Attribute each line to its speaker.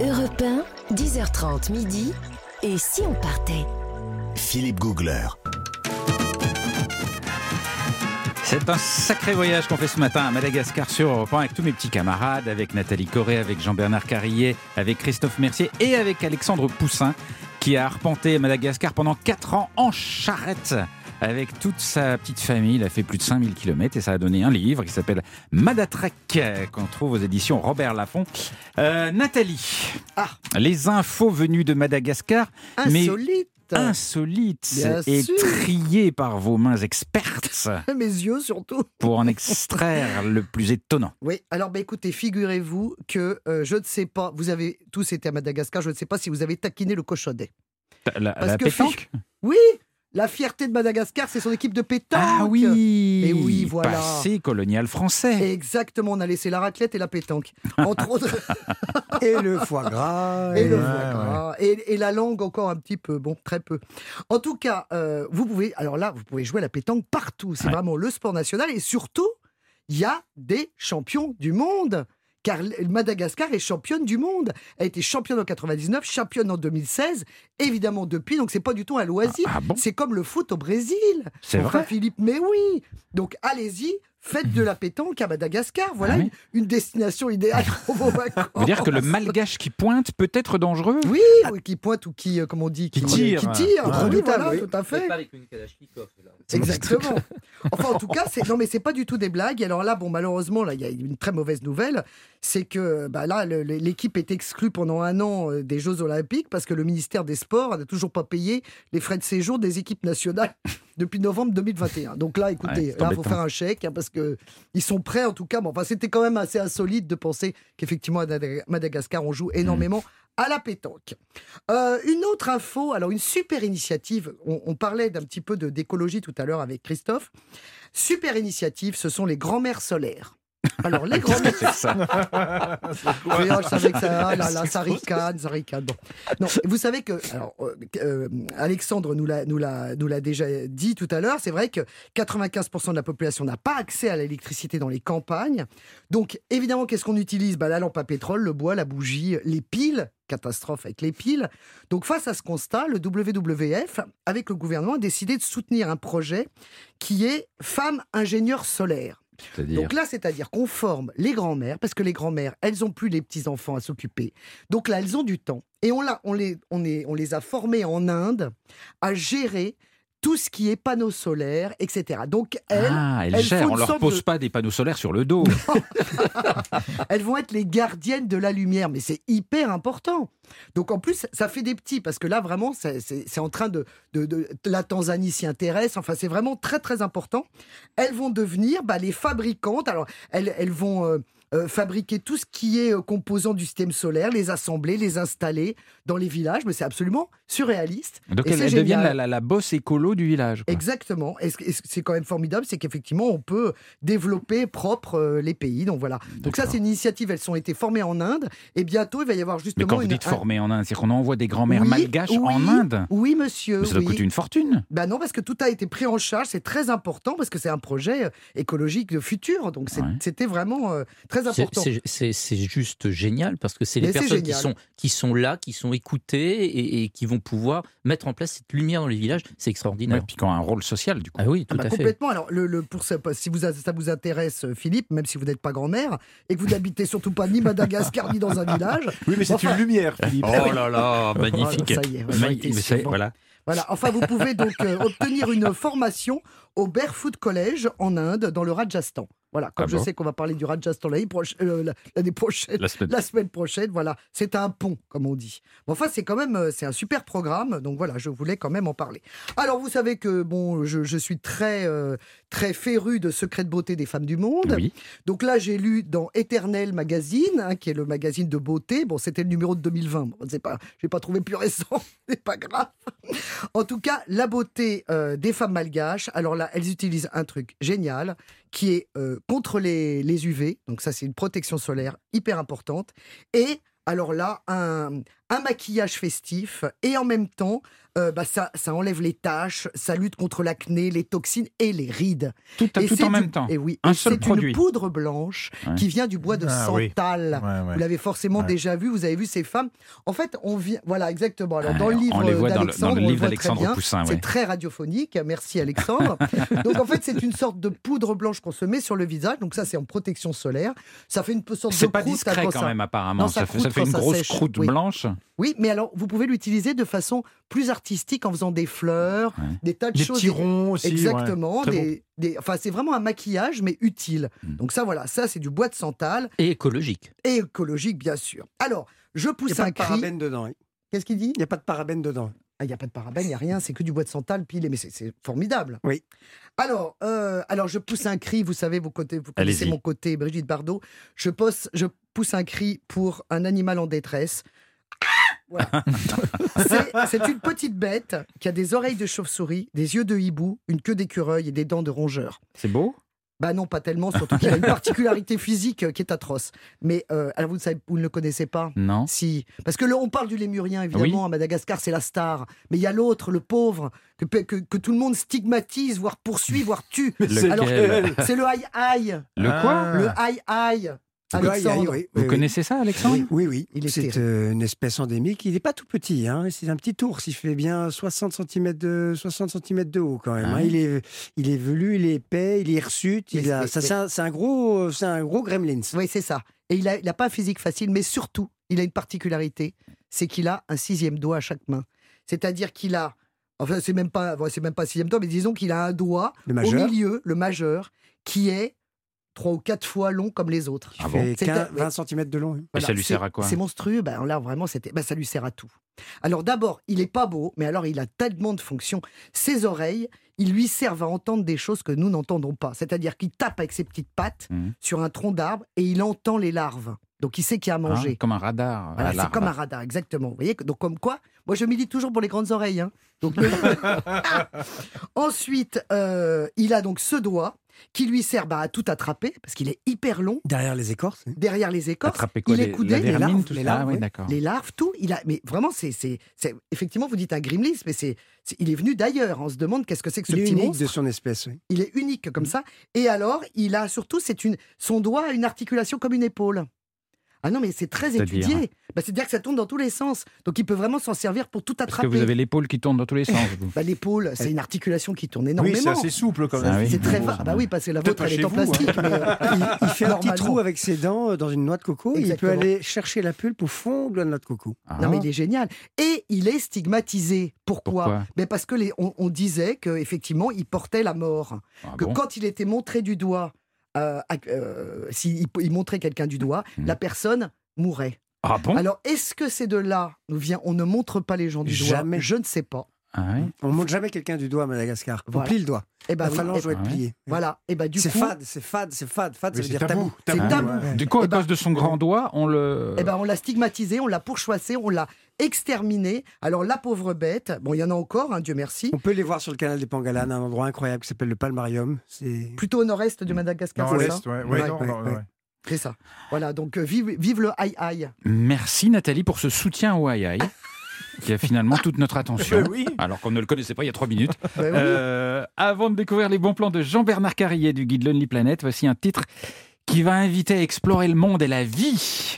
Speaker 1: Europe 1, 10h30 midi. Et si on partait
Speaker 2: Philippe Googler.
Speaker 3: C'est un sacré voyage qu'on fait ce matin à Madagascar sur Europe 1 avec tous mes petits camarades, avec Nathalie Corré, avec Jean-Bernard Carrillet, avec Christophe Mercier et avec Alexandre Poussin qui a arpenté Madagascar pendant 4 ans en charrette. Avec toute sa petite famille, il a fait plus de 5000 km et ça a donné un livre qui s'appelle Madatrek, euh, qu'on trouve aux éditions Robert Laffont. Euh, Nathalie,
Speaker 4: Ah.
Speaker 3: les infos venues de Madagascar, mais
Speaker 4: Insolite.
Speaker 3: insolites
Speaker 4: Bien
Speaker 3: et
Speaker 4: sûr.
Speaker 3: triées par vos mains expertes
Speaker 4: Mes yeux surtout.
Speaker 3: pour en extraire le plus étonnant.
Speaker 4: Oui, alors bah, écoutez, figurez-vous que euh, je ne sais pas, vous avez tous été à Madagascar, je ne sais pas si vous avez taquiné le cochonnet.
Speaker 3: La,
Speaker 4: Parce
Speaker 3: la
Speaker 4: que
Speaker 3: pétanque
Speaker 4: Oui, la fierté de Madagascar, c'est son équipe de pétanque.
Speaker 3: Ah oui
Speaker 4: Et Eh oui, voilà.
Speaker 3: Passé colonial français.
Speaker 4: Exactement, on a laissé la raclette et la pétanque. Entre autres,
Speaker 5: Et le foie gras.
Speaker 4: et le
Speaker 5: et-
Speaker 4: foie gras. Et, et la langue encore un petit peu, bon, très peu. En tout cas, euh, vous pouvez, alors là, vous pouvez jouer à la pétanque partout. C'est
Speaker 3: Ouais.
Speaker 4: vraiment le sport national. Et surtout, il y a des champions du monde. Car l- Madagascar est championne du monde. Elle a été championne en 99, championne en 2016, évidemment depuis. Donc c'est pas du tout un loisir.
Speaker 3: Ah bon
Speaker 4: C'est comme le foot au Brésil.
Speaker 3: C'est
Speaker 4: Enfin,
Speaker 3: vrai
Speaker 4: Philippe, mais oui. Donc allez-y, faites de la pétanque à Madagascar. Voilà
Speaker 3: Ah
Speaker 4: une, une destination idéale pour vos vacances.
Speaker 3: Vous dire que le malgache qui pointe peut être dangereux
Speaker 4: oh, Oui, ou qui pointe ou qui, euh, comment on dit,
Speaker 3: Qui tire.
Speaker 4: Qui tire,
Speaker 3: Ah,
Speaker 4: tout,
Speaker 5: oui,
Speaker 4: à
Speaker 5: voilà,
Speaker 4: l'heure,
Speaker 5: oui.
Speaker 4: tout à fait.
Speaker 6: pas avec une Kalachnikov, là.
Speaker 4: Exactement. Enfin, en tout cas, c'est non, mais c'est pas du tout des blagues. Et Alors là, bon, malheureusement, là, il y a une très mauvaise nouvelle, c'est que bah, là, le- le- l'équipe est exclue pendant un an euh, des Jeux Olympiques parce que le ministère des Sports n'a toujours pas payé les frais de séjour des équipes nationales depuis novembre 2021. Donc là,
Speaker 3: Ouais,
Speaker 4: écoutez,
Speaker 3: c'est
Speaker 4: là, faut
Speaker 3: embêtant.
Speaker 4: faire un chèque hein, parce que ils sont prêts en tout cas. Bon, enfin, c'était quand même assez insolite de penser qu'effectivement à Madag- Madagascar on joue énormément. À la pétanque. Euh, une autre info, alors une super initiative, on, on parlait d'un petit peu de- d'écologie tout à l'heure avec Christophe. Super initiative, ce sont les grands-mères solaires. Alors les
Speaker 3: Qu'est-ce que
Speaker 4: grands-mères
Speaker 3: c'est que ça
Speaker 4: oui, oh, je savais que ça, ah là, là, ça ricane, ça ricane. Bon. Non, vous savez que, alors, euh, euh, Alexandre nous l'a, nous, l'a, nous l'a déjà dit tout à l'heure, c'est vrai que 95% de la population n'a pas accès à l'électricité dans les campagnes. Donc, évidemment, qu'est-ce qu'on utilise bah, La lampe à pétrole, le bois, la bougie, les piles. Catastrophe avec les piles. Donc, face à ce constat, le WWF, avec le gouvernement, a décidé de soutenir un projet qui est Femmes ingénieurs solaires.
Speaker 3: C'est-à-dire
Speaker 4: Donc là, c'est-à-dire qu'on forme les grands-mères, parce que les grands-mères, elles n'ont plus les petits-enfants à s'occuper. Donc là, elles ont du temps. Et on, l'a- on, les, on, est- on les a formées en Inde à gérer tout ce qui est panneaux solaires, etc. Donc elles,
Speaker 3: Ah, elles
Speaker 4: elles
Speaker 3: gèrent, on
Speaker 4: font une
Speaker 3: leur
Speaker 4: sorte
Speaker 3: pose
Speaker 4: de-
Speaker 3: pas des panneaux solaires sur le dos.
Speaker 4: elles vont être les gardiennes de la lumière. Mais c'est hyper important. Donc en plus, ça fait des petits, parce que là, vraiment, c'est- c'est c'est en train de, de- de- La Tanzanie s'y intéresse. Enfin, c'est vraiment très, très important. Elles vont devenir bah, les fabricantes. Alors, elles, elles vont. euh, euh, fabriquer tout ce qui est euh, composant du système solaire, les assembler, les installer dans les villages, mais c'est absolument surréaliste.
Speaker 3: Donc
Speaker 4: Et
Speaker 3: elles,
Speaker 4: c'est
Speaker 3: elles deviennent
Speaker 4: génial.
Speaker 3: la, la- la bosse écolo du village. quoi.
Speaker 4: Exactement. Et ce- et ce- c'est quand même formidable, c'est qu'effectivement, on peut développer propre euh, les pays. Donc voilà. Donc ça,
Speaker 3: D'accord.
Speaker 4: c'est une initiative. Elles ont été formées en Inde. Et bientôt, il va y avoir
Speaker 3: Mais
Speaker 4: justement.
Speaker 3: quand vous
Speaker 4: une-
Speaker 3: dites
Speaker 4: un-
Speaker 3: formé en Inde, c'est qu'on envoie des grands-mères
Speaker 4: Oui,
Speaker 3: malgaches en
Speaker 4: oui,
Speaker 3: Inde
Speaker 4: Oui, monsieur.
Speaker 3: Mais Ça doit
Speaker 4: oui.
Speaker 3: coûter une fortune.
Speaker 4: Ben non, parce que tout a été pris en charge. C'est très important parce que c'est un projet euh, écologique de futur. Donc c'est-
Speaker 3: Ouais.
Speaker 4: c'était vraiment euh, très
Speaker 6: C'est-
Speaker 4: important.
Speaker 6: c'est- C'est c'est juste génial parce que c'est
Speaker 4: Mais
Speaker 6: les
Speaker 4: c'est
Speaker 6: personnes qui
Speaker 4: génial.
Speaker 6: sont, qui sont là, qui sont écoutées et, et qui vont pouvoir mettre en place cette lumière dans les villages. C'est
Speaker 3: Et
Speaker 6: extraordinaire.
Speaker 3: puis quand un rôle social, du coup.
Speaker 6: Ah oui, tout
Speaker 4: Ah bah,
Speaker 6: à fait.
Speaker 4: complètement. Alors, le, le- pour ça, si vous, ça vous intéresse, euh, Philippe, même si vous n'êtes pas grand-mère et que vous n'habitez surtout pas ni Madagascar ni dans un village,
Speaker 5: Oui, mais c'est une lumière, Philippe.
Speaker 6: Oh
Speaker 3: là là,
Speaker 4: Voilà, ça y est, on a
Speaker 3: Magnifique,
Speaker 4: été
Speaker 3: mais
Speaker 4: sur-
Speaker 3: c'est- voilà.
Speaker 4: Voilà. Enfin, vous pouvez donc euh, obtenir une formation au Barefoot College en Inde, dans le Rajasthan. Voilà. Comme
Speaker 3: Ah
Speaker 4: je
Speaker 3: bon
Speaker 4: sais qu'on va parler du Rajasthan l'année proche- euh, la- l'année prochaine,
Speaker 3: La semaine-
Speaker 4: la semaine prochaine, voilà, c'est un pont, comme on dit. Bon, enfin, c'est quand même, euh, c'est un super programme. Donc voilà, je voulais quand même en parler. Alors, vous savez que bon, je, je suis très, euh, très féru de secrets de beauté des femmes du monde.
Speaker 3: Oui.
Speaker 4: Donc là, j'ai lu dans Éternel Magazine, hein, qui est le magazine de beauté. Bon, c'était le numéro de 2020. Bon, c'est pas, j'ai pas trouvé plus récent. C'est pas grave. En tout cas, la beauté euh, des femmes malgaches. Alors là, elles utilisent un truc génial qui est euh, contre les, les UV. Donc ça, c'est une protection solaire hyper importante. Et alors là, un, un maquillage festif et en même temps, euh, bah, ça, ça enlève les taches, ça lutte contre l'acné, les toxines et les rides.
Speaker 3: Tout,
Speaker 4: et
Speaker 3: tout
Speaker 4: c'est
Speaker 3: en même
Speaker 4: du-
Speaker 3: temps.
Speaker 4: Et oui,
Speaker 3: Un
Speaker 4: et
Speaker 3: seul
Speaker 4: c'est
Speaker 3: produit.
Speaker 4: une poudre blanche
Speaker 3: Ouais.
Speaker 4: qui vient du bois de
Speaker 5: Ah oui.
Speaker 4: santal. Vous l'avez forcément
Speaker 5: Ouais.
Speaker 4: déjà vu, vous avez vu ces femmes. En fait, on vient. Voilà, exactement. Alors, dans le
Speaker 3: Ouais,
Speaker 4: livre
Speaker 3: on les voit dans le-
Speaker 4: d'Alexandre,
Speaker 3: dans le
Speaker 4: on
Speaker 3: livre
Speaker 4: voit très
Speaker 3: d'Alexandre
Speaker 4: bien.
Speaker 3: Poussin, ouais.
Speaker 4: C'est très radiophonique. Merci, Alexandre. donc, en fait, c'est une sorte de poudre blanche qu'on se met sur le visage. Donc, ça, c'est en protection solaire. Ça fait une sorte de
Speaker 3: C'est pas
Speaker 4: croûte à
Speaker 3: discret
Speaker 4: quoi
Speaker 3: quand
Speaker 4: ça-
Speaker 3: même apparemment.
Speaker 4: Non, ça
Speaker 3: ça, fait, ça
Speaker 4: croûte
Speaker 3: fait
Speaker 4: quand
Speaker 3: une
Speaker 4: ça
Speaker 3: grosse
Speaker 4: sèche,
Speaker 3: croûte
Speaker 4: oui.
Speaker 3: blanche.
Speaker 4: Oui, mais alors, vous pouvez l'utiliser de façon plus artistique en faisant des fleurs,
Speaker 3: Ouais.
Speaker 4: des tas de
Speaker 5: Des
Speaker 4: choses.
Speaker 5: petits ronds aussi.
Speaker 4: Exactement.
Speaker 5: Très
Speaker 4: des, des- enfin, c'est vraiment un maquillage, mais utile.
Speaker 3: Mm.
Speaker 4: Donc ça, voilà, ça, c'est du bois de santal
Speaker 6: Et écologique.
Speaker 4: et écologique, bien sûr. Alors, je
Speaker 5: Il n'y
Speaker 4: pousse
Speaker 5: a pas
Speaker 4: un
Speaker 5: de
Speaker 4: cri.
Speaker 5: parabène dedans. Il
Speaker 4: Qu'est-ce qu'il dit
Speaker 5: n'y a pas de parabène dedans.
Speaker 4: Ah, Il n'y a pas de parabène, il n'y a rien, c'est que du bois de santal pilé, mais c'est- c'est formidable.
Speaker 5: Oui.
Speaker 4: Alors, euh, alors, je pousse un cri, vous savez, vous, côté, vous
Speaker 3: Allez-y.
Speaker 4: connaissez mon côté, Brigitte Bardot. Je, pose, je pousse un cri pour un animal en détresse. Ah Voilà. C'est- c'est une petite bête qui a des oreilles de chauve-souris, des yeux de hibou, une queue d'écureuil et des dents de rongeur.
Speaker 3: C'est beau
Speaker 4: Bah non, pas tellement, surtout qu'il a une particularité physique euh, qui est atroce. Mais euh, alors vous ne, savez- vous ne le connaissez pas
Speaker 3: Non.
Speaker 4: Si. Parce que là, on parle du lémurien,
Speaker 3: Ah
Speaker 4: évidemment, à Madagascar, c'est la star. Mais il y a l'autre, le pauvre, que, pe- que, que tout le monde stigmatise, voire poursuit, voire tue.
Speaker 3: Lequel Ah
Speaker 4: Alors, euh, c'est le aïe-aïe.
Speaker 3: Le quoi
Speaker 4: Le aïe-aïe. Ah, Alexandre.
Speaker 5: oui,
Speaker 3: Vous
Speaker 5: oui,
Speaker 3: connaissez ça, Alexandre
Speaker 5: oui. Oui, oui.
Speaker 4: Il est
Speaker 5: c'est
Speaker 4: terrible.
Speaker 5: euh, une espèce endémique. Il n'est pas tout petit. hein. C'est un petit ours. Il fait bien 60 cm de, 60 centimètres de haut quand même.
Speaker 3: Ah
Speaker 5: hein.
Speaker 3: oui.
Speaker 5: Il, est, il est velu, il est épais, il est hirsute. il
Speaker 4: Mais-
Speaker 5: a-
Speaker 4: mais-
Speaker 5: ça, C'est un, c'est un gros, euh, c'est un gros gremlin. ça.
Speaker 4: Oui, c'est ça. Et il n'a il a pas un physique facile, mais surtout, il a une particularité, c'est qu'il a un sixième doigt à chaque main. C'est-à-dire qu'il a, enfin, c'est même pas, bon, c'est même pas sixième doigt, mais disons qu'il a un doigt
Speaker 5: Le
Speaker 4: au
Speaker 5: majeur.
Speaker 4: milieu, le majeur, qui est trois ou quatre fois long comme les autres.
Speaker 3: Ah bon
Speaker 5: fait
Speaker 4: C'est
Speaker 5: 15,
Speaker 4: un-
Speaker 5: 20 cm de long. hein.
Speaker 3: Et ça lui
Speaker 4: c'est-
Speaker 3: sert à quoi
Speaker 4: C'est monstrueux. Ben, là, vraiment, c'était, ben, ça lui sert à tout. Alors d'abord, il est pas beau, mais alors il a tellement de fonctions. Ses oreilles, ils lui servent à entendre des choses que nous n'entendons pas. C'est-à-dire qu'il tape avec ses petites pattes
Speaker 3: Mhm.
Speaker 4: sur un tronc d'arbre et il entend les larves. Donc il sait qu'il y a à
Speaker 3: Hein,
Speaker 4: manger.
Speaker 3: Comme un radar.
Speaker 4: Voilà,
Speaker 3: la
Speaker 4: c'est
Speaker 3: larve.
Speaker 4: comme un radar, exactement. Vous voyez, que- donc comme quoi, moi je milite toujours pour les grandes oreilles. hein. Donc, Ah Ensuite, euh, il a donc ce doigt qui lui sert bah, à tout attraper, parce qu'il est hyper long,
Speaker 5: Derrière les écorces. hein.
Speaker 4: derrière les écorces,
Speaker 3: Attraper quoi
Speaker 4: il est
Speaker 3: les-
Speaker 4: coudé,
Speaker 3: la
Speaker 4: les
Speaker 3: vermine,
Speaker 4: larves,
Speaker 3: tout
Speaker 4: les
Speaker 3: ça
Speaker 4: larves,
Speaker 3: Ah oui,
Speaker 4: oui.
Speaker 3: d'accord.
Speaker 4: les larves, tout. Il a, mais vraiment, c'est, c'est, c'est- effectivement, vous dites un Grimlis, mais c'est, c'est- il est venu d'ailleurs. On se demande qu'est-ce que c'est que ce
Speaker 5: Il est
Speaker 4: petit
Speaker 5: unique
Speaker 4: monstre.
Speaker 5: de son espèce. oui.
Speaker 4: Il est unique comme ça. Et alors, il a surtout, c'est une, son doigt a une articulation comme une épaule. Ah non, mais c'est très
Speaker 3: C'est-à-dire
Speaker 4: étudié. Bah, c'est-à-dire que ça tourne dans tous les sens. Donc, il peut vraiment s'en servir pour tout
Speaker 3: Parce que
Speaker 4: attraper.
Speaker 3: vous avez l'épaule qui tourne dans tous les sens. vous.
Speaker 4: Bah, l'épaule, c'est une articulation qui tourne
Speaker 7: Oui,
Speaker 4: énormément.
Speaker 7: c'est assez souple quand
Speaker 3: Ça,
Speaker 7: même.
Speaker 3: oui.
Speaker 4: C'est très fin.
Speaker 3: ça.
Speaker 4: Bah oui, parce que la
Speaker 7: Peut-être
Speaker 4: vôtre,
Speaker 7: pas
Speaker 4: elle est
Speaker 7: chez
Speaker 4: en
Speaker 7: vous, hein.
Speaker 4: plastique. mais, euh,
Speaker 5: Il, il fait un petit
Speaker 4: Normalement.
Speaker 5: trou avec ses dents euh, dans une noix de coco.
Speaker 4: Exactement.
Speaker 5: Il peut aller chercher la pulpe au fond de la noix de coco.
Speaker 3: Ah,
Speaker 4: Non, mais il est génial. Et il est stigmatisé. Pourquoi,
Speaker 3: Pourquoi
Speaker 4: Mais Parce que les, on, on disait qu'effectivement, il portait la mort.
Speaker 3: ah
Speaker 4: que
Speaker 3: bon
Speaker 4: quand il était montré du doigt, euh, à- euh, s'il il montrait quelqu'un du doigt,
Speaker 3: Hmm.
Speaker 4: la personne mourait.
Speaker 3: Ah bon
Speaker 4: Alors, est-ce que c'est de là nous vient On ne montre pas les gens du doigt
Speaker 5: Jamais.
Speaker 4: Je ne sais pas.
Speaker 3: Ah oui.
Speaker 5: On ne montre jamais quelqu'un du doigt à Madagascar.
Speaker 4: Voilà.
Speaker 5: On plie le doigt.
Speaker 4: Eh ben,
Speaker 5: la
Speaker 4: oui,
Speaker 5: phalange
Speaker 4: eh ben,
Speaker 5: doit être
Speaker 3: ouais.
Speaker 5: pliée.
Speaker 4: voilà. Et ben, du
Speaker 5: C'est
Speaker 4: coup,
Speaker 5: fade, c'est fade, c'est fade. Fade,
Speaker 7: Oui,
Speaker 5: ça
Speaker 7: c'est
Speaker 5: veut dire tabou.
Speaker 4: c'est tabou.
Speaker 5: ouais.
Speaker 3: Du coup, à
Speaker 4: Eh ben-
Speaker 3: cause de son grand doigt, on le.
Speaker 4: Eh ben, on l'a stigmatisé, on l'a pourchassé, on l'a exterminé. Alors, la pauvre bête, bon, il y en a encore, hein, Dieu merci.
Speaker 5: On peut les voir sur le canal des Pangalanes, un endroit incroyable qui s'appelle le Palmarium. C'est
Speaker 4: Plutôt au nord-est
Speaker 3: Mmh.
Speaker 4: de Madagascar,
Speaker 7: Non,
Speaker 4: c'est ça
Speaker 7: l'Est, ouais. Ouais,
Speaker 4: Ouais,
Speaker 7: non,
Speaker 5: ouais,
Speaker 7: non,
Speaker 5: ouais.
Speaker 7: ouais.
Speaker 4: C'est ça. Voilà, donc euh, vive, vive le aïe-aïe.
Speaker 3: Merci Nathalie pour ce soutien au aïe aïe, qui a finalement toute notre attention.
Speaker 7: Ben oui.
Speaker 3: Alors qu'on ne le connaissait pas il y a trois minutes.
Speaker 4: Bah oui.
Speaker 3: Euh, avant de découvrir les bons plans de Jean-Bernard Carrier du guide Lonely Planet, voici un titre qui va inviter à explorer le monde et la vie.